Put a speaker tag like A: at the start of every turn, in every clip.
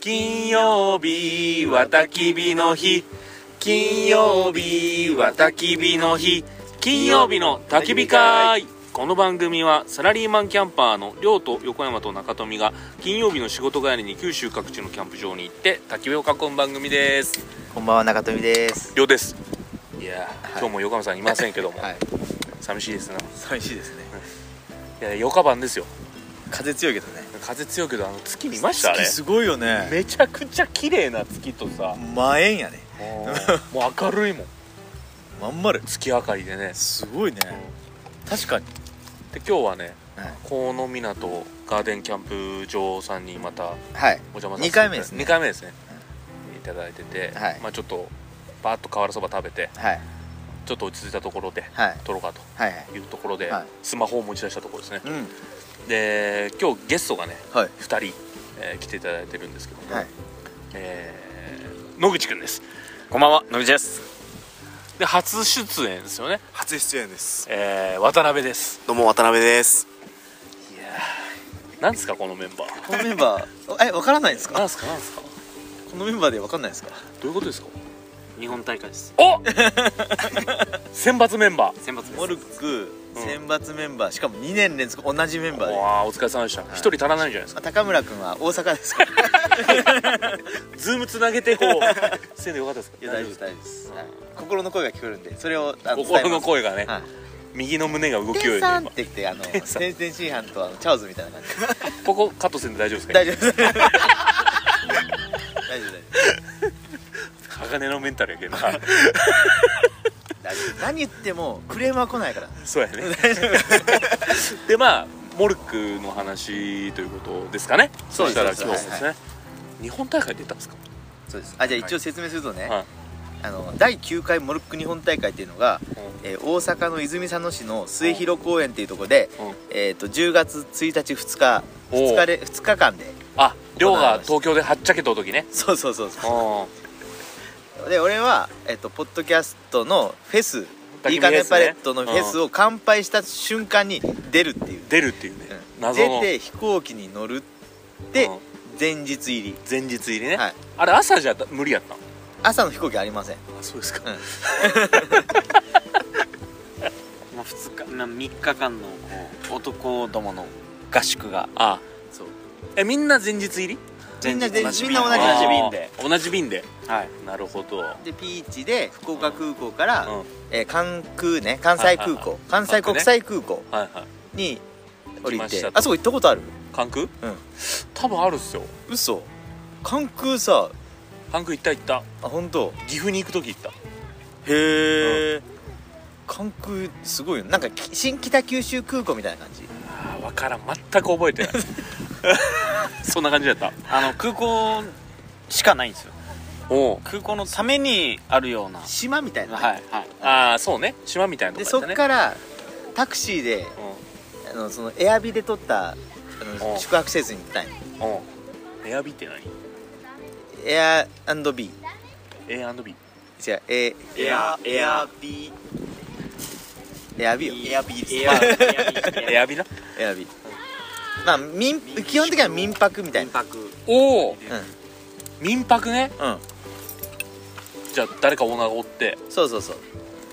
A: 金曜日は焚き火の日金曜日は焚き火の日金曜日の焚き火会この番組はサラリーマンキャンパーの亮と横山と中富が金曜日の仕事帰りに九州各地のキャンプ場に行って焚き火を囲む番組です
B: こんばんは中富です。
A: 亮ですいやー、
B: い
A: 今日も横山さんいませんけども、
B: はい。
A: 寂しいですな
B: 寂しいですね。
A: いや横晩ですよ
B: 風強いけどね。
A: 風強いけどあの月見ましたあれ
B: 月すごいよね。
A: めちゃくちゃ綺麗な月とさ
B: まえんやね。
A: も うもう明るいもん
B: まん丸。
A: 月明かりでね
B: すごいね。確かに。
A: で今日はね
B: はい。
A: 河野港ガーデンキャンプ場さんにまた
B: はい。
A: お邪魔させて
B: 二回目ですね
A: 2回目ですね、いただいてて、
B: はい
A: まあちょっとバーッと瓦そば食べて
B: はい。
A: ちょっと落ち着いたところで
B: はい。
A: 撮ろうか
B: はい。
A: というところで、
B: はい
A: スマホを持ち出したところですね
B: うん。
A: で今日ゲストがね
B: はい。
A: 2人、えー来ていただいてるんですけども、
B: はい。
A: えー野口くんです
C: こんばんは、のびちです。
A: で初出演ですよね、
D: 初出演です
A: えー渡辺です
D: どうも渡辺です
A: いやーなんですかこのメンバー
B: このメンバー、え、 わからないんです
A: な
B: か。
A: んすかなんすか
B: このメンバーでわかんないですか。
A: どういうことですか
C: 日本大会です。
A: お 選抜メンバー
C: 選抜です。
B: モルック
A: うん
B: 選抜メンバー、しかも二年連続同じメンバーで。
A: わあお疲れ様でした一、人足らないんじゃないです
B: あ
A: か
B: 高村君は大阪ですか。
A: ズームつなげてこ うせんでよかったですか
B: いや大丈夫です大丈夫です。はい心の声が聞こえるんで、それをあ伝えます
A: 心の声がね、
B: はい。
A: 右の胸が動きよ
B: 天
A: う
B: さ
A: よ
B: ん
A: ね
B: って言ってあの
A: 天さん
B: 天天津飯とあのチャオズみたいな感じ。
A: 今ここカットせんで大丈夫ですか
B: 大丈夫です大丈夫
A: 鋼のメンタルやけどな
B: 大丈夫何言ってもクレームは来ないから
A: そうやねでまあモルックの話ということですかね
B: そうです
A: したら今日ですね、
B: そうで
A: 日本大会出たんですか
B: そうですあじゃあ一応説明するとね、
A: はい
B: あの第9回モルック日本大会っていうのが、えー大阪の泉佐野市の末広公園っていうところで、
A: うん
B: えー、と10月1日2日
A: おう
B: 2日で2日間で
A: あ亮が東京ではっちゃけた時ね
B: そうそうそうそ
A: あ
B: うで俺は、えっとポッドキャストのフェス
A: 焚き火
B: いいか
A: フェ
B: ね
A: スね
B: パレットのフェスを乾杯した瞬間に出るっていう、
A: 出るっていうね、
B: うん
A: 謎
B: 出
A: の
B: て飛行機に乗るで
A: うん
B: 前日入り
A: 前日入りね、
B: はい
A: あれ朝じゃ無理やったの
B: 朝の飛行機ありません
A: あそうですか
C: まあ、二日、まあ、三日間のこう男どもの合宿が。
A: あ
C: そう。
A: えみんな前日入り
B: みんなで
C: 前日
B: みんな同じ
C: 同じ
A: 便
C: 便
A: で
C: で。
A: 同じ便で
C: はい。
A: なるほど、うん、
B: でピーチで福岡空港から、えー関空ね関西空港関西国際空港
A: はいはい
B: に降り
A: 行きましてたと
B: あそこ行ったことある
A: 関空
B: うん
A: 多分あるっすよ
B: 嘘関空さ
A: 関空行った行った
B: あ本当
A: 岐阜に行く時行った
B: へえ、関空すごいよなんかき新北九州空港みたいな感じ
A: あ分からん全く覚えてない そんな感じだった
C: あの空港しかないんですよ。
A: おう
C: 空港のためにあるような。は
B: 島みたい
C: い
B: な、
C: はい。
A: ああそうね島みたいな
B: で
A: と
B: そ
A: こ
B: っ
A: やったね
B: からタクシーであのそのエアビで取ったあ
A: お
B: の宿泊施設に行ったんよ
A: うんおうエアビって何
B: エア &B
A: A&B
B: 違うエ
C: エアエアビ
B: エアビよ
C: エアビ
B: す
C: エアビ
A: エアビな
B: エアビまあ民基本的には民泊みたい
C: 民
B: な
C: 泊。
A: おお
B: う
A: 民泊ね
B: ん、うん、
A: じゃあ誰かオーナーがおって
B: そうそうそう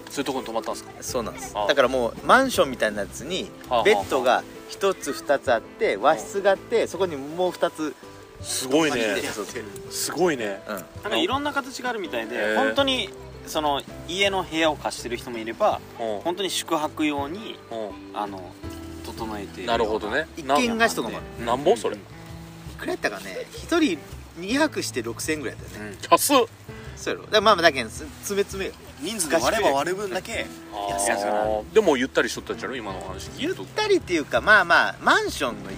A: そういうとこに泊まったんですか
B: そうなんです
A: ああ
B: だからもうマンションみたいなやつに
A: ああ
B: ベッドが1つ2つあって和室があってそこにもう2つ
A: すごいね
B: そうそう
A: すごいね
B: うん
C: なんかいろんな形があるみた
A: へ
C: いで、
A: ー
C: 本当にその家の部屋を貸してる人もいれば、
A: うん
C: 本当に宿泊用に
A: う
C: あの整え
A: ん
C: ている
A: なるほどね
B: 一
A: な
B: 軒貸しとかもある
A: なんぼそれ
B: いくらやったかね1人2泊して6000円ぐらいだったよね
A: 安っ
B: そうやろだからまあまあだけんつ詰め詰めよ
D: 人数が割れば割る分だけ
C: 安くなる
A: でもゆったりしとったんじゃろ今のお話聞
B: ゆ
A: い
B: っ
A: とった
B: りっていうかまあまあマンションの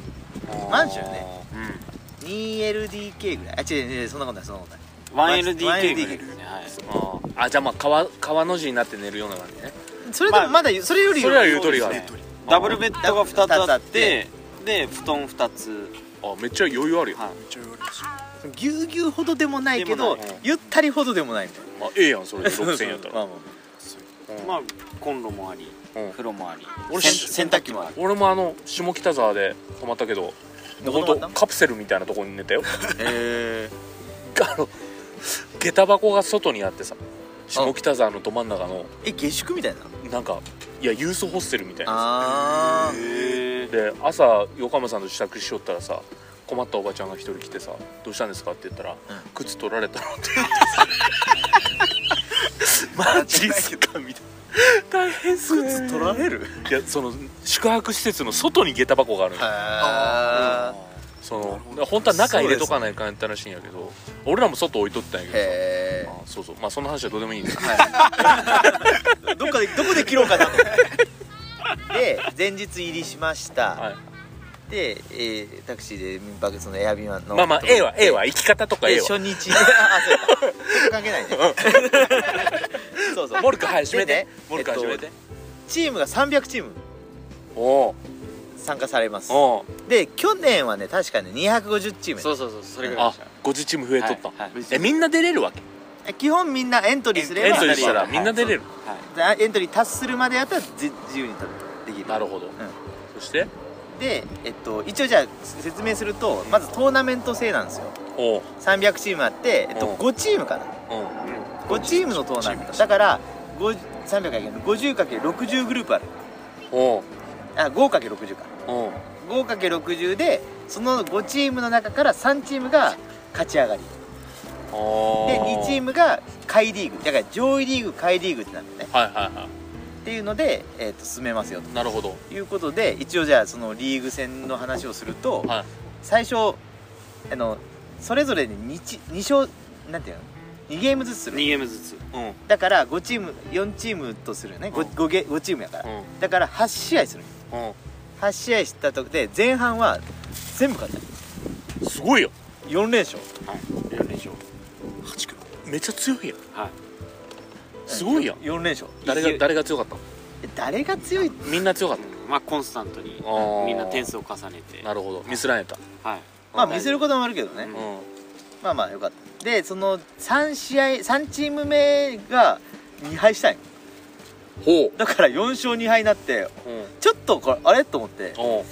A: た
B: マンションね
C: うん、
B: 2LDK ぐらいあ違う違う違うそんなことないそんなことない
C: 1LDK ぐらい
B: 1LDK
C: ですね、はい、
A: あーあじゃあまあ川川の字になって寝るような感じね
B: それでも
C: まあ
B: まだゆそれより
A: それはゆとりが
C: そ
A: あ
C: う
A: る
C: ですねダブルベッドが2つあって
B: 二
C: で布団2つ、
A: あめっちゃ余裕あるよ
C: はい、
B: ぎゅうぎゅうほどでもないけど
C: でも
A: ない
B: ゆったりほどでもないみたい
A: まあええやんそれで
B: な
A: 6000円やった
B: ま
A: ら
B: あまあ
A: うん
C: まあコンロもあり
A: うん
C: 風呂もあり
A: 俺
C: せん洗濯機もあり
A: 俺もあの下北沢で泊まったけどもう
B: どこ
A: ほ
B: 泊
A: ん
B: ま
A: と
B: った
A: カプセルみたいなところに寝たよ
B: え
A: あの下駄箱が外にあってさ下北沢のど真ん中の
B: え下宿みたいな
A: なんかいやユースホステルみたいな
B: あー
C: へえ
A: で朝横浜さんと支度しよったらさ困ったおばちゃんが一人来てさ「どうしたんですか?」って言ったら「
B: ん
A: 靴取られたの」って言 ってさマジっすかみたいな大変っすね
B: 靴取られる
A: いやその宿泊施設の外に下駄箱があるのよ
B: は
A: その本当は中入れとかないかんやったらしいんやけど俺らも外置いとったんや
B: ー
A: けどさ
B: へ
A: まあそうそうまあその 話はどうでもいいんです
B: えどっかでどこで切ろうかなと思って で前日入りしました、
A: はい
B: で、えータクシーで民泊そのエアビーマンの
A: まあまあ
B: ところ
A: A は A は生き方とか
B: で
A: A
B: 初
A: は
B: 日 あそうかそこ関係ないね そうそう
A: モルクはい閉め
B: で
A: て
B: ね
A: モルクはい閉めて
B: チームが300チーム
A: お
B: 参加されます
A: おお
B: で去年はね確かね250チーム
C: そうそうそうそれぐ
A: う
C: らい
A: あ
C: でした
A: 5時チーム増えとった
C: はいはい
A: えみんな出れるわけ
B: 基本みんなエントリーすれば
A: エントリーした
C: は
A: ら
C: い
A: みんな出れる
B: あエントリー達するまでやったらじ自由にたできる
A: なるほどそして
B: で、えっと、一応じゃあ説明するとまずトーナメント制なんですよ
A: おう
B: 300チームあって、えっと、
A: うん
B: 5チームかな
A: うん
B: 5チームのトーナメントだから5 300かける 50×60 グループある
A: おう
B: あ 5×60 か
A: おう
B: 5×60 でその5チームの中から3チームが勝ち上がり
A: お
B: で2チー
A: ム
B: ムが下位リーグだから上位リーグ下位リーグってなるんだよね
A: はいはいは
B: っていうので、えっと進めますよ
A: いなるほど
B: ということで一応じゃあそのリーグ戦の話をすると、
A: はい
B: 最初あのそれぞれに 2, 勝なんていうの2ゲームずつす
C: 2
B: る
C: ゲームずつ
A: うんうん
B: だから5チーム4チームとするよね 5, 5, ゲ5チームやから、だから8試合する8試合したとこで前半は全部勝った
A: うんすごいよ
B: 4連勝
C: はい4連勝
A: 八くめっちゃ強いやん
C: はい
A: すごいやん
B: 4連勝
A: 誰
C: い
A: が
C: や
A: 誰が強かったの
B: え誰が強い
A: みんな強かっ
C: うんまあコンスタントに
A: あー
C: みんな点数を重ねて
A: たなるほどミスらんやった
C: はい
B: まあ見せることもあるけどね、
C: うん
A: うん
B: まあまあよかったでその3試合3チーム目が2敗したんよ
A: ほ
B: だから4勝2敗になって
A: ううん
B: ちょっとこれあれと思って
A: おう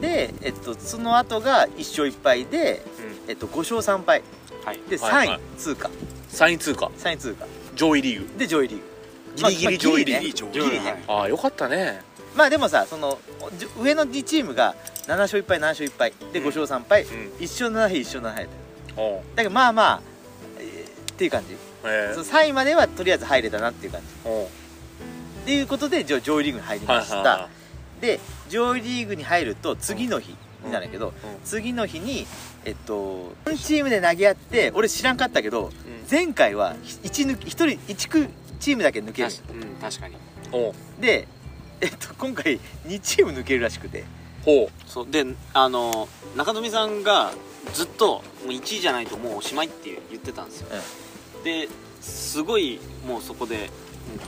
B: で、えっと、その後が1勝1敗で、えっと、5勝3敗
C: はい
B: で
A: は
B: 3
A: いはい
B: 位通過、
A: 3位通過
B: 3位通過
A: 上位リーグ
B: で上位リーグ
A: ギリギリ上位リーグ
B: まあまあギリね
D: 上位
B: ギリ
C: は
B: ね
C: い
A: ああよかったね
B: まあでもさそのじ上の2チームが7勝1敗7勝1敗で
A: うん
B: 5勝3敗、
A: ん
B: 1勝7敗1勝7敗だよ
A: おう
B: だけどまあまあ、えーっていう感じ
A: え
B: その3位まではとりあえず入れたなっていう感じ
A: えおう
B: っていうことでじゃあ上位リーグに入り
A: はい
B: ま
A: はい
B: した、
A: は
B: で上位リーグに入ると次の日になるんやけど、
A: うんうん
B: 次の日にえっと4チームで投げ合って俺知らんかったけど、
A: うん
B: 前回は1抜き一人一区チームだけ抜けるんよ
C: 確かうん確かに
A: いおう
B: でえっと今回2チーム抜けるらしくて
A: ほ
C: そうであの中富さんがずっともう1位じゃないともうおしまいって言ってたんですよ、ですごいもうそこで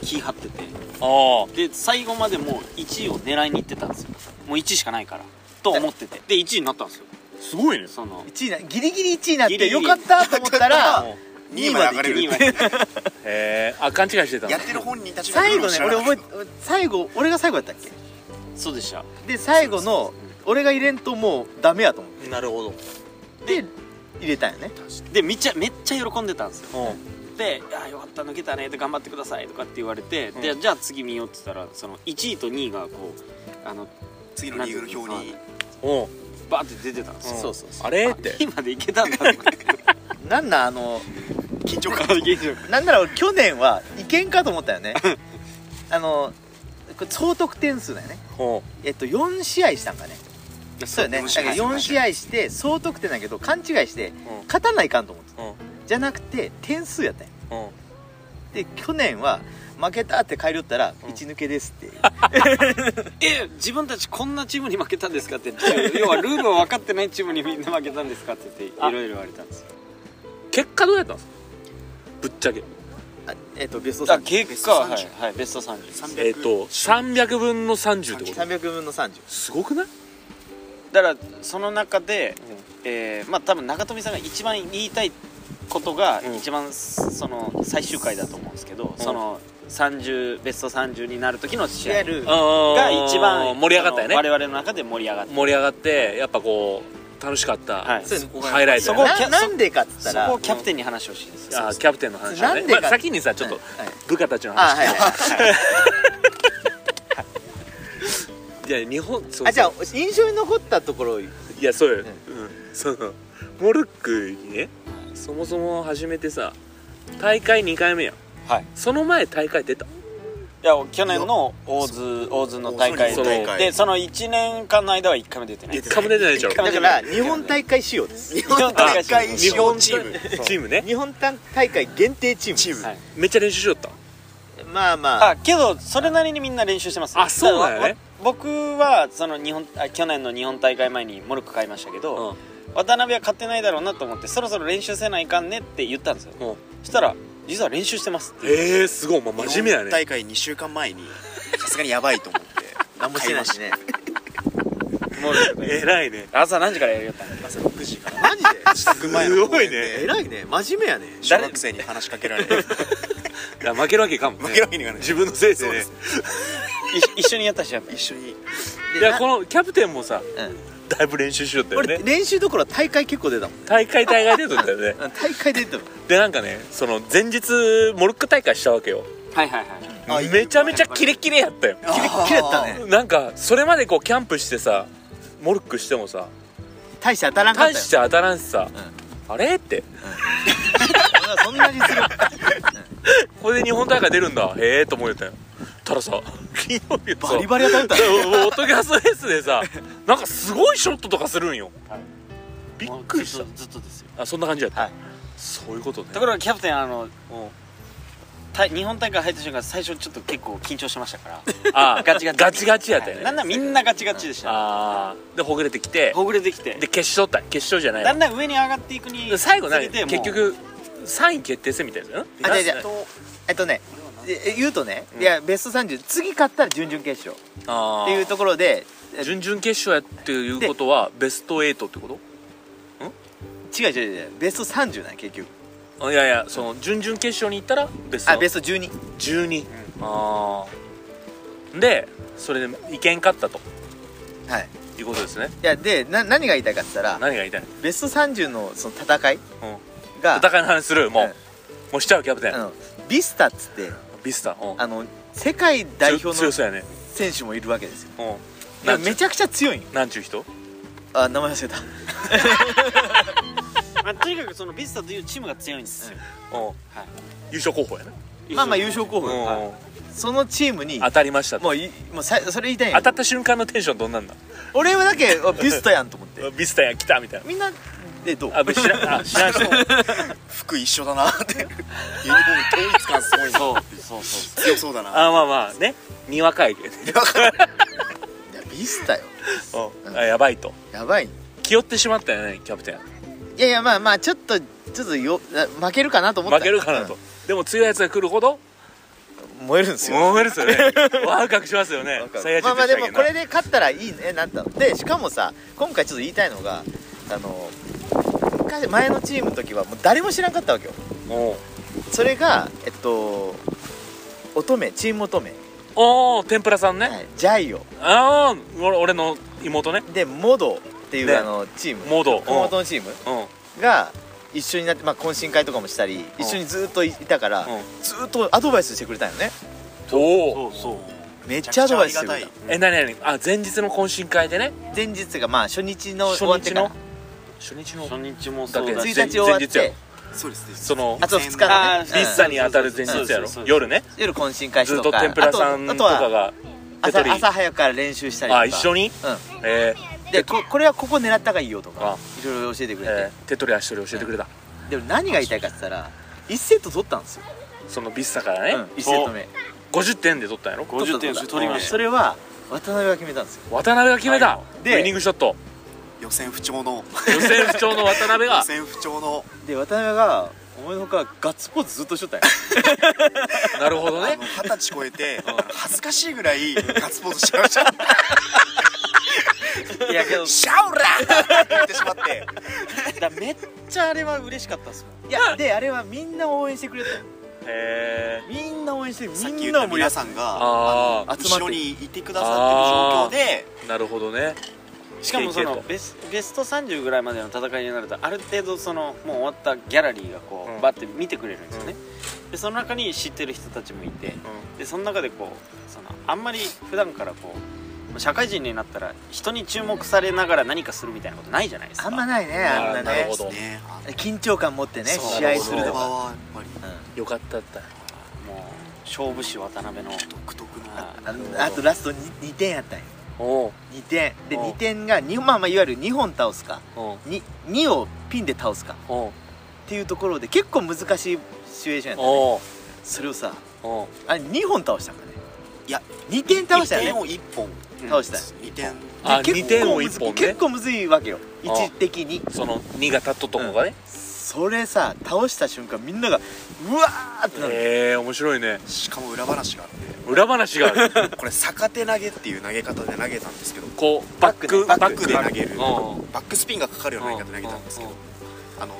C: 気張ってて
A: うあ
C: で最後までもう1位を狙いに行ってたんですよもう1位しかないからと思っててで1位になったんですよ
A: あすごいね
C: その
B: 1位なギリギリ1位になっ
C: ギリ
B: て
C: ギ
B: よ
C: リ
B: かったと思ったら
A: おう
D: 2位まで上がれ
C: 2位
D: る
C: まで
A: へえあ勘違いしてたんだ
D: やってる本人たちが
B: 最
D: ル
B: 後
D: ールを
B: ね
D: 知ら
B: 俺
D: なか
B: 覚
D: っ
B: え最後俺が最後やったっけ
C: そうでした
B: で最後の俺が入れんともうダメやと思っ
A: なるほど
B: てで入れたんやね
C: でめっちゃめっちゃ喜んでたんですよ
A: おう
C: で「あよかった抜けたね」で「頑張ってください」とかって言われて、
A: うん
C: でじゃあ次見ようって言ったらその1位と2位がこうあの
D: た次のリーグの表に
A: おう
C: バーって出てたんですよ、
B: そうそうそう
A: あれって
C: 今でいけたんだって
B: なんなんあの
D: 緊張感
B: なんなら俺去年はいけんかと思ったよ ねあのこれ総得点数だよね
A: おう
B: えっと4試合したんかねそうよね
D: 四
B: だ
D: 試合
B: から4試合して総得点だけど勘違いして
A: うん
B: 勝たないかんと思ってた
A: うん
B: じゃなくて点数やったんよ
A: うん
B: で去年は負けたって帰りよったら「
A: ん
B: 一抜けです」 って
C: え自分たちこんなチームに負けたんですかって要はルールを分かってないチームにみんな負けたんですかって言っていろいろ言われたんですよ
A: 結果どうやったんですかぶっちゃけ
B: あえっとベスト
C: あ
B: 3
C: 結果ははい、はい、ベスト30です
A: えっと300分の30ってこと
B: 300分の30
A: すごくない
C: だからその中で、えーまあ多分中富さんが一番言いたいことが
A: うん
C: 一番、その最終回だと思うんですけど、
A: うん
C: その30ベスト30になる時の試合
B: る
C: が
A: が
C: 一番
A: 盛り上がったよ
C: その
A: ね
C: 我々の中で盛り上がった
A: 盛り上がってやっぱこう楽しかった、
C: はい
B: そう
A: ハイライト
C: そ
A: や
C: こ
A: ね
C: をキ
B: な
C: ャ
B: なんでかっつった
C: そ
B: ら
C: こをキャプテンに話してほしいです
A: あーキャプテンの話
B: な
A: ね
B: んでか
A: まあ先にさちょっと
B: はいはい
A: 部下たちの
B: あ
A: 話
B: はい
A: いや日本そう
B: あじゃあ印象に残ったところを
A: いやそうよ、うん、そのモルックにねそもそも初めてさ大会2回目やん
C: はい
A: その前大会出た
C: いや去年の大津大津の大会
A: 大津の大
D: 会
C: でその1年間の間は1回も出てない
A: 一回も出てないでしょ
C: 一回も
B: だ
C: 出て
B: か
C: な
B: ら
C: い
B: 日本大会仕様です
D: 日本大会
A: 日
D: 日
A: 本
D: 本
A: チ
D: チ
A: ー
D: ー
A: ム
D: ム
A: チームね
B: 日本大会限定チームです
D: チーム
C: はい
A: めっちゃ練習しよった
B: まあまあ
C: あけどそれなりにみんな練習してます
A: あそうだよね
C: ただわ僕はその日本あ去年の日本大会前にモルック買いましたけど、渡辺は買ってないだろうなと思ってそろそろ練習せないかんねって言ったんですよ
A: うん
C: そしたら実は練習してますっていう
A: ええすごいお前真面目や
D: 日本
A: ね
D: 大会2週間前にさすがにやばいと思って
B: 何もしてないしね
C: モルックで
A: 偉いね
C: 朝何時からやるよったん
D: 朝6時から
B: マジで
D: 自宅前の公園
A: す
D: で
B: 偉いね真面目やね
D: 小学生に話しかけられて
A: いや負けるわけかもね
D: 負けるわけにいかない
A: 自分のせいで
D: そうで
A: ね
D: す
C: 一緒にやったしやっぱ
D: 一緒に
A: い
B: で
A: や
B: な
A: このキャプテンもさ
B: うん
A: だいぶ練習しよったよ
B: 俺
A: ね
B: 練習どころ大会結構出たもん
A: 大会大会出とったよね
B: うん大会出たもん
A: でなんかねその前日モルック大会したわけよ
C: はいはいはい
D: あ
A: めちゃめちゃキレキレやったよ
D: キレ
B: ッキレやったね
A: なんかそれまでこうキャンプしてさモルックしてもさ
B: 大して当たらんかった
A: 大
B: よ
A: して当たらんしさ、あれって
B: そんなにする
A: これで日本大会出るんだへえと思うよったよたださ金曜日
B: バリバリ当たったね
A: リオトキャストレースでさなんかすごいショットとかするんよ、
C: はい
A: びっくりし
C: もう
A: た
C: ずっとずっとですよ
A: あそんな感じやった、
C: はい
A: そういうことね
C: ところがキャプテンあのもうた日本大会入った瞬間最初ちょっと結構緊張してましたから
A: あ
C: ガチガチ
A: ガチガチやったよね、
C: なんならみんなガチガチでした
A: あーでほぐれてきて
C: ほぐれてきて
A: で決勝った決勝じゃない
C: だん
A: わ
C: だん上に上がっていくに
A: 最後
C: つ
A: 何
C: れてもう
A: 結局3位決定戦みたいですよ
B: あ違う違う
D: と
B: えっとねえ言うとね、いやベスト30次勝ったら準々決勝
A: あ
B: っていうところでえ
A: 準々決勝やっていうことはベスト8ってこ
B: 違う違う違うベスト30なんや結局
A: とあいやいやその準々決勝に行ったらベスト
B: あベスト12
A: 12、ああでそれでいけんかったと
B: はい
A: いうことですね
B: いやでな何が言いたいかって言ったら
A: 何が言いたい、うん、
B: ベスト30のその戦いが
A: 戦いの話するもう、
B: うん
A: もうしちゃうキャプテン、
B: あのビスタっつって
A: ビスタ、うん、
B: あの世界代表
A: 強
B: の
A: そうやね、
B: 選手もいるわけですよ
A: うん、
B: だ
A: なん
B: から
A: ちゅ
B: め
A: う
B: ちゃくちゃ強いんよ
A: なんちゅう人
B: あ名前忘れた
C: まあ、とにかくそのビスタというチームが強いんですよ、
A: うん
C: はい
A: 優勝候補やね、
B: まあまあ優勝候補
A: う
B: よ
A: ん
B: はいそのチームに
A: 当たりましたと
B: もういもうさそれ言いたいん
A: 当
B: や
A: たった瞬間のテンションどんなんだ
B: 俺はだけあビスタやんと思って
A: ビスタや来たみたいな
B: みんなでどう
A: あ知らんあ知らん 人
D: 服一緒だなってユニフォーム統一感すごいな
C: そうそうそう
D: 強そうだな
A: あまあまあねにわかいで、ね
B: いやビスタよ
A: うんあやばいと
B: やばいい
A: 気負ってしまったよねキャプテン
B: やいやまあまあちょっとちょっとよあ負けるかなと思った
A: 負けるかなと、でも強いやつが来るほど
B: うん燃えるんですよ
A: 燃えるっすよね ワクワクしますよねサイヤ人
B: まあまあ
A: と
B: で
A: してはい
B: も
A: い
B: こ
A: な
B: れで勝ったらいいねなったのでしかもさ今回ちょっと言いたいのがあの昔前のチームの時はもう誰も知らんかったわけよ
A: おう
B: それがえっと乙女チーム乙女、
A: おー天ぷらさんね、
B: はい、ジャイオ
A: ああ俺俺の妹ね
B: でモドっていう、
A: ね
B: あのチーム
A: モド
B: 熊本のチーム
A: うんうん
B: が一緒になって、まあ、懇親会とかもしたり一緒にずっといいたから、ずっとアドバイスしてくれたんよね
A: おお
C: そうそう
B: めっちゃアドバイスしてく
D: め
B: れ
D: ちゃ
B: た
D: く
A: えなになにあ前日の懇親会でね
B: 前日がまあ初日の
A: 初
B: 終わって
A: 日
B: か
A: の
B: ら
A: 初日の
C: 初日もそう
A: だ
C: だ
A: け
C: し
B: 1日終わっ
A: 前日や
B: て
D: そうです
A: その
B: あと二日のね
C: あー
A: ビッサに当たる前日やろ夜ね
B: 夜懇親会し
A: ずっ
B: と
A: と
B: か
A: 天ぷらさん
B: あ
A: と
B: とあと
A: か
B: は
A: が手取
B: 朝
A: り
B: 朝早くから練習したりとか
A: あ一緒に
B: う
A: え
B: んでここれはここ狙った方がいいよと
A: あ
B: かいろいろ教えて
A: ー
B: くれて、
A: えー手取り足取り教えてくれた
B: でも何が言いたいかって言ったら1セット取ったんですよ、
A: そのビッサか
B: うん
A: らね、
B: 1セット目
A: 50点で取ったんやろ
C: 50点
B: 取った
C: 取り
B: う
C: ま
B: ん
C: し
B: そ
C: た
B: れは渡辺が決めたんですよ
A: 渡辺が決めたウ
B: で
A: イニングショット
D: 予選不調の
A: 予選不調の渡辺
D: 予
A: が
D: 選不調の
B: で渡辺が思いのほかガッツポーズずっとしとったよ
A: なるほど
D: あ
A: ね
D: の二十歳超えて恥ずかしいぐらいガッツポーズしちゃいました
B: いやけど
D: シャオラって言ってしまって
C: だからめっちゃあれは嬉しかったっすもん
B: いやであれはみんな応援してくれたよ
A: へえ
B: みんな応援してる
D: さっき
B: み
D: 言
B: ん
D: っ
B: な
D: た
B: 盛り上
D: 皆
B: が
D: さんが
A: あ
D: あ
A: ー
B: 集
D: の
B: まって
D: 後ろにいてくださってる状況で
A: なるほどね
C: しかもそ
A: KK
C: の
A: と
C: ベスベスト30ぐらいまでの戦いになるとある程度そのもう終わったギャラリーがこう、
A: うん
C: バッて見てくれるんですよね、でその中に知ってる人たちもいてでその中でこうそのあんまり普段からこう社会人になったら人に注目されながら何かするみたいなことないじゃないですか
B: あんまないね
A: あー
B: あんな
A: なる
B: ね
A: ほど
D: ねあ
B: 緊張感持ってね
D: そう
B: 試合すると
D: その場
B: か
D: はやっぱり
A: よかったった
C: もう勝負師渡辺の
D: 独特の
C: あ
B: あのあとラスト 2, 2点やったんよ
A: おう
B: 2点で
A: おう
B: 2点が2、まあ、まあいわゆる2本倒すか
A: おう
B: 2, 2をピンで倒すかっ
A: おう
B: ていうところで結構難しいシチュエーションやったね
A: おう
B: それをさ
A: おう
B: あれ2本倒したからね
D: いや
B: 2点倒した
D: 一
B: よ
D: 点
B: ね
D: を一本
B: 倒したよ
D: 二点
A: あ
B: で
A: 2点を1
B: 結構む
A: 本
B: ず結
A: ね
B: 構むずいわけよ位
A: あ
B: 置的に
A: その2が立っとったのがね
B: それさ倒した瞬間みんながうわーってなる、
A: へえ面白いね
D: しかも裏話があっ
A: 裏話があ る
D: てこれ逆手投げっていう投げ方で投げたんですけど
A: こうバック
D: バックで投げる
A: おう
D: バックスピンがかかるような投げ方で投げたんですけどあの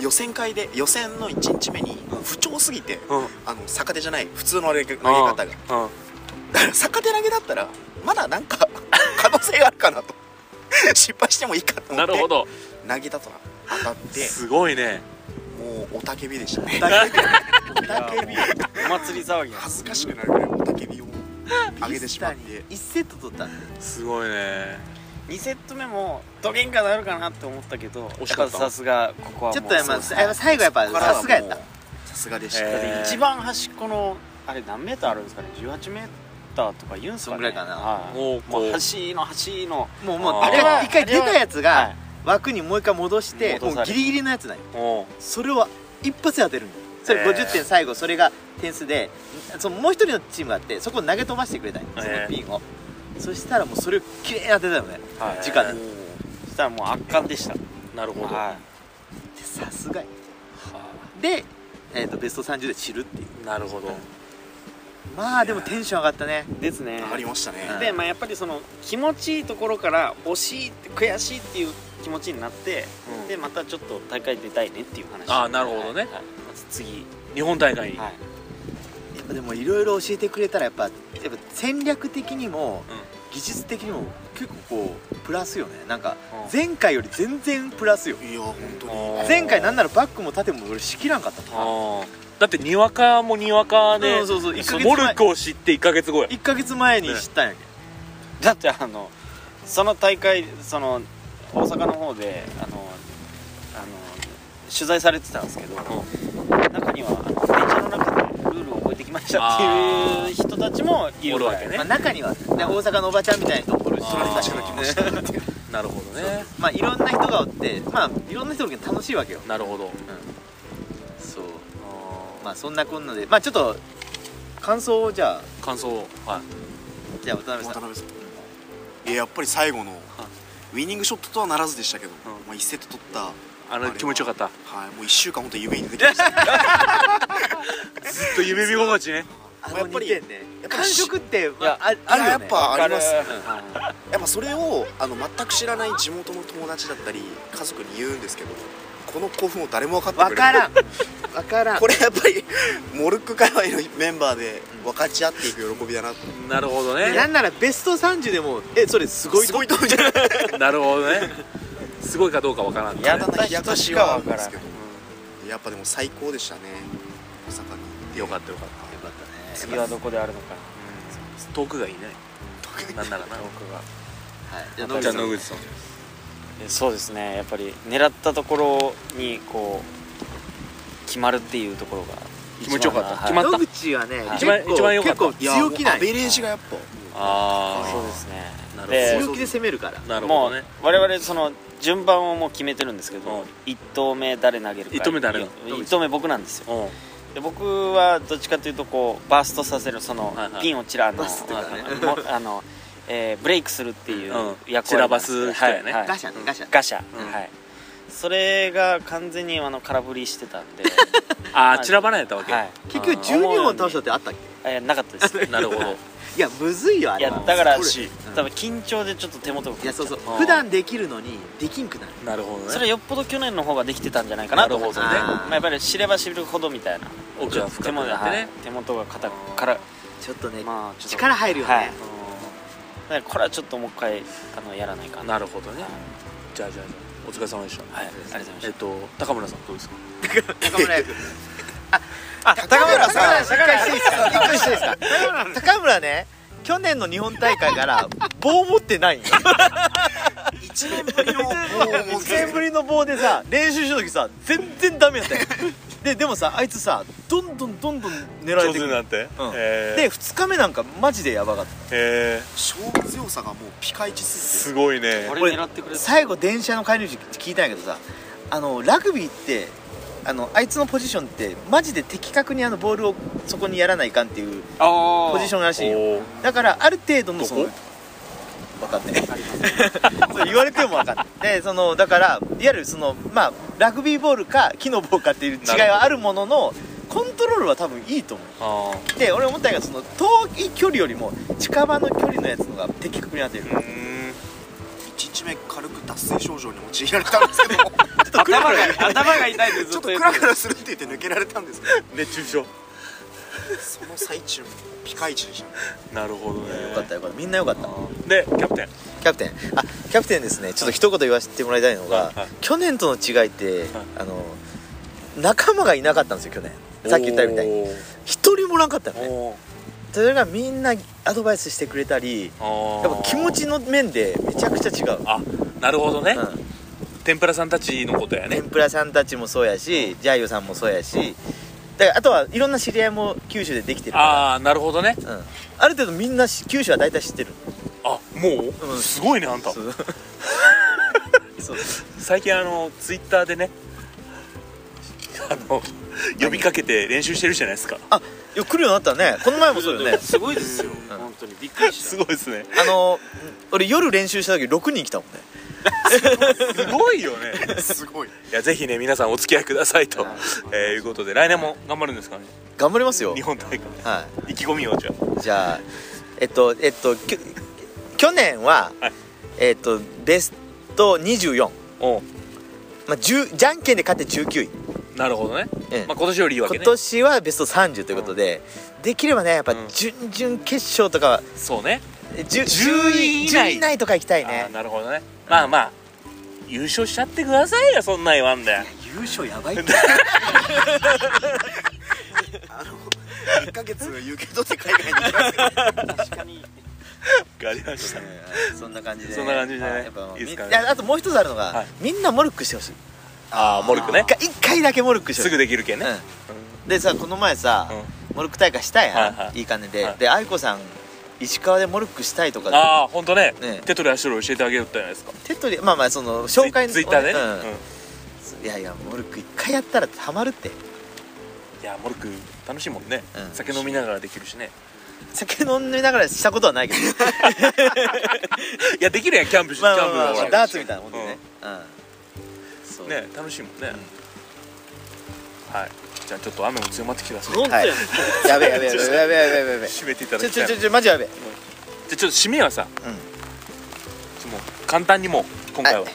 D: 予選会で予選の1日目に不調すぎて
A: うん
D: あの逆手じゃない普通の投げ投げ
A: うん
D: 方がだから逆手投げだったらまだなんか可能性があるかなと 失敗してもいいかと
A: うん
D: 思
A: な
D: って
A: るほど
D: 投げたと当たって
A: すごいね
D: もう雄たけびでしたね
B: だけど
C: お祭り 騒ぎが
D: 恥ずかしくなるぐらい雄たけびを上げてしまって
B: 1セット取ったんだよ
A: すごいね
C: 2セット目もドゲンカなるかなって思ったけど
A: 惜しかった
C: やぱさすがここはもう
B: ちょっとやっぱ
C: そう
B: やっぱ最後やっぱ
D: ここからは
B: さすがやった
D: もうさすがでした
A: へ
D: ね
A: ー
C: 一番端っこのあれ何メーターあるんですかね18メーターとか言うんすか
B: そ
C: ね
B: んぐらいかな
C: はい
A: もうこう
C: もう端の端の
B: もうもう
A: あー
B: 一回一回出たやつ
C: は
B: が
C: い
B: 枠にもう一回戻して
C: 戻
B: も
C: される
B: うギリギリのやつだよ
A: おう
B: それを一発で当てるんよそれ
A: へー
B: 50点最後それが点数でそのもう一人のチームがあってそこを投げ飛ばしてくれたんよそ
A: へ
B: の
A: ー
B: ピンをそしたらもうそれをきれいに当てたよね
C: はい
B: 時間で
C: そしたらもう圧巻でした
A: なるほど
C: は
B: さすがや
A: は
B: で、えー、とベスト30で散るっていう
A: あなるほど
B: まあでもテンション上がったね
C: いですね
D: 上がりましたね
C: で、まあ、やっぱりその気持ちいいところから惜しいって悔しいっていう気持ちになって、
A: うん
C: でまたちょっと大会出たいねっていう話
A: あーなるほどね
C: はいはいまず次
A: 日本大会に
C: はい
B: やっぱでもいろいろ教えてくれたらやっぱやっぱ戦略的にも技術的にも結構こうプラスよねなんか
A: うん
B: 前回より全然プラスよ
D: いや本当に
A: おー
B: 前回なんならバックも縦も俺しきらんかったもん
A: あーだってにわかもにわかで
B: うんそうそう1ヶ月
A: モル
B: 前
A: クを知って1ヶ月後や
B: 1ヶ月前に知ったんやけ
C: だってあのその大会その大阪の方であのあの取材されてたんですけど、中にはあの電車の中でルールを覚えてきましたって
A: あ
C: いう人たちもいるわけ
A: おるわけ
C: ね
A: ね
B: どまあ中にはね大阪のおばちゃんみたいな人もおるし
A: あー
D: 隣に確か来ましたっていう
A: なるほどね
B: まあいろんな人がおってまあいろんな人が楽しいわけよ
A: なるほど
B: そう
A: あ
B: まあそんなこんなでまあちょっと感想をじゃあ
A: ー感想はい
B: じゃあ渡辺さん
D: 渡辺さんいややっぱり最後のウィニングショットとはならずでしたけど、
A: ん
D: まあ、1セット取った、は
A: あ
D: あれ
A: の
D: は
A: 気持ちよかった
D: い、もう1週間本当に夢に出てきました、ね、
A: ずっと夢見心地ね
B: あ
D: や
B: の
D: っ
B: 2
D: ぱり
B: 点ね
D: やっぱり
B: 感触ってま
C: いや
B: あ あるよ
D: や
B: ね
D: っぱあります
C: わ
D: や
C: かる
D: っぱそれをあの全く知らない地元の友達だったり家族に言うんですけどこの興奮を誰も分かって
B: 分
D: くれ
B: か
D: ない
B: らん分からん
D: これやっぱりモルック界隈のメンバーで分かち合っていく喜びだなって
A: なるほど
B: な
A: ね
B: んならベスト30でもえそれすごい
D: すごいと思うじゃない
A: なるほど ねすごいかどうかわからんけど
C: や
A: ね
C: だ
D: 冷やかしはあるんですけどやっぱでも最高でしたね大阪に
A: よかったよかっ
B: よかったね
C: 次はどこであるのかな
A: た遠くがいいねなんならな
C: 僕が
B: はいじゃあ
A: じゃあ野
B: 野
A: 口
B: 口
A: さん
C: えそうですねやっぱり狙ったところにこう決まるっていうところが一
A: 気
C: 番
A: 持ちよかった
C: はい
A: 決まった
B: 野口はね
C: はい
B: 結構
A: 一番一番良かった
B: 結構強気な
D: ア
B: ん
D: ベ
B: よ
D: レージがやっぱ
A: あ
C: そうで
A: あ
C: すね
A: なるほど
C: で
B: 強気で攻めるから
A: なる
C: も
A: ほ
C: う
A: どね
C: 我々その順番をもう決めてるんですけ
A: うん
C: ど、一投目誰投げるか
A: 一投目誰の
C: 一投目僕なんですよ
A: うん
C: で僕はどっちかというとこうバーストさせるその
A: はいはい
C: ピンをちらあの
B: バーストっていう
C: もあの、えーブレイクするっていう
A: うん
C: 役割なんです
A: 散らばす人やね
C: はいはい
B: ガシャねガシャ
C: ガシャ、
A: うん
C: はいそれが完全にあの空振りしてたん で
A: ああちらばらやったわけ
C: はい
B: 結局12本倒したってあったっけ
C: えーなかったです
A: なるほど
B: いやむずいよあ
C: い
B: れ
C: や
B: は
C: だから
D: これ
C: 多分緊張でちょっと手元が狂っ
B: い
C: ちゃ
B: やそうそう
A: うん
B: 普段できるのにできんくなる
A: なるほどね
C: それよっぽど去年の方ができてたんじゃないかなと思うんですよね
B: なるほどね
C: まあ、やっぱり知れば知るほどみたいな
A: 奥が深
C: 手
A: く
C: 元,、
A: なって
C: はい
A: ね、
C: 手元が肩から
B: ちょっとね、
C: まあちょっと
B: 力入るよね、
C: はい、うんだからこれはちょっともう一回あのやらないかな
A: なるほどねじゃあじゃあじゃあお疲れ様でした
C: はいありがとうございました
A: えっと高村さんどうですか
B: 中村役
C: あ
B: 高村さん
C: 高村さ
B: 一回して
C: ん
B: いいですか一回していいですか高村ね去年の日本大会から棒持ってないんよ
D: 1年ぶりの
B: 1年ぶりの棒でさ練習した時さ全然ダメやったよででもさあいつさどんどんどんどん狙えてくる
A: ってへ
B: うん
A: え
B: で2日目なんかマジでヤバかった
A: へえ
D: 勝負強さがもうピカイチすぎて
A: ごいね
C: 俺
B: 俺
C: 狙ってくれ
B: 最後電車の帰り道聞いたんやけどさあのラグビーってあのあいつのポジションってマジで的確にあのボールをそこにやらないかんっていう
C: あ
B: ポジションらしいよ
A: おー
B: だからある程度のその
A: ど
B: 分かんない そう言われても分かんないでそのだからいわゆるそのまあラグビーボールか木の棒かっていう違いはあるもののコントロールは多分いいと思
A: あ
B: うで俺思ったんやけどその遠い距離よりも近場の距離のやつのが的確に当てる
A: ーうーん
D: 1日目軽く脱水症状に陥られたんですけど
C: 頭が 頭が痛いです
D: ち
C: ず
D: ょ
C: っ
D: っ
C: と
D: と
C: 言
D: ク
C: って
D: ラ
C: る
D: クラするって言って抜けられたんですけ
A: 熱中症
D: どその最中もピカイチでしたね
A: なるほどね
B: よかったよかったみんなよかった
A: でキャプテン
B: キャプテンあキャプテンですねちょっと一言言わせてもらいたいのが、
A: はいはい
B: 去年との違いって、あの仲間がいなかったんですよ去年さっき言ったみたいに
A: おー
B: 一人もおらんかったよね
A: おー
B: それがみんなアドバイスしてくれたり
A: あ
B: や
A: ー
B: っぱ気持ちの面でめちゃくちゃ違う、
A: あなるほどね
B: うん、
A: 天ぷらさんたちのことやね
B: 天ぷらさんたちもそうやしジャイヨさんもそうやしだからあとはいろんな知り合いも九州でできてるか
A: ああなるほどね
B: ら、うん、ある程度みんなし九州は大体知ってる
A: あもう、
B: うん
A: すごいねあんた
B: そうそう
A: 最近あのツイッターでねあの呼びかけて練習してるじゃないですか
B: あよ来るようになったねこの前もそうよ ね
C: すごいですよ
B: ん
C: 本当にびっくりし
A: すごいですね
B: あの俺夜練習した時6人来たもんね
A: すごいよね
D: すごい
A: いやぜひね皆さんお付き合いください と、えーいうことで来年も頑張るんですかね
B: 頑張りますよ
A: 日本大会
B: は
A: 意気込みをじゃ
B: いじゃあえっとえっときょ去年は、
A: はい
B: えっとベスト24、
A: あお
B: まあ、10じゃんけんで勝って19位、
A: なるほどね、
B: うん
A: まあ、今年よりいいわけね
B: 今年はベスト30ということで、できればねやっぱ
A: うん
B: 準々決勝とかは
A: そうね
B: 10
A: 10
B: 10
A: 位以
B: 位
A: 内
B: 10位以内とか行きたい
A: ああ
B: ね
A: なるほどねまあまあ優勝しちゃってくださいよそんなん言わんで
B: 優勝やばい
D: あの1ヶ月有給取って海外に行きますけど
C: た確かに
A: ありました
B: そんな感じで
A: そんな感じでね
B: はいやっぱ
A: いいですかね
B: みいやあともう一つあるのが、
A: はい
B: みんなモルックしてほしい
A: ああモルックね
B: 一回一回だけモルックしてほし
A: すぐ
B: い
A: できるけんね、
B: うん、でさこの前さ、モルック大会したやん、
A: はい
B: い
A: はい
B: い、感じで、
A: はい
B: で愛子さん石川でモルックしたいとか
A: ああ本当ね
B: ね
A: 手取り足取り教えてあげよったじゃないですか
B: 手っ取りまあまあその紹介の
A: ツイツイッターでね、
B: うん
A: うんい
B: いやいやモルック一回やったらハマるって
A: やモルック楽しいもんね、
B: うん
A: 酒飲みながらできるしね
B: 酒飲みながらしたことはないけど
A: いやできるやんキャンプし、
B: まあ
A: キ
B: ま
A: ャ
B: あ
A: ンプ
B: まあ、
A: は
B: まあダーツみたいなもんでねうん、そう
A: ね楽しいもんね、はいじゃあちょっと雨も強まってきてますね
C: 本当やん、
B: はいやべえやべえやべえやべえやべえやべえやべえ
A: 締めていた
B: ち
A: だ
B: ょ
A: き
B: ち
A: たいじ
B: ょち
A: ゃ
B: ょちょマジやべえ
A: あちょっと締めはさ、
B: うん
A: もう簡単にもう今回は、
B: はい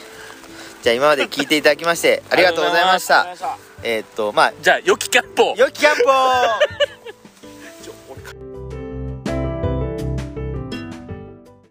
B: じゃあ今まで聞いていただきましてありがとうございまし
C: あ
B: た
C: りがとうございました
B: えーっとまあ
A: じゃあ良きキャンプを
B: 良きキャンプを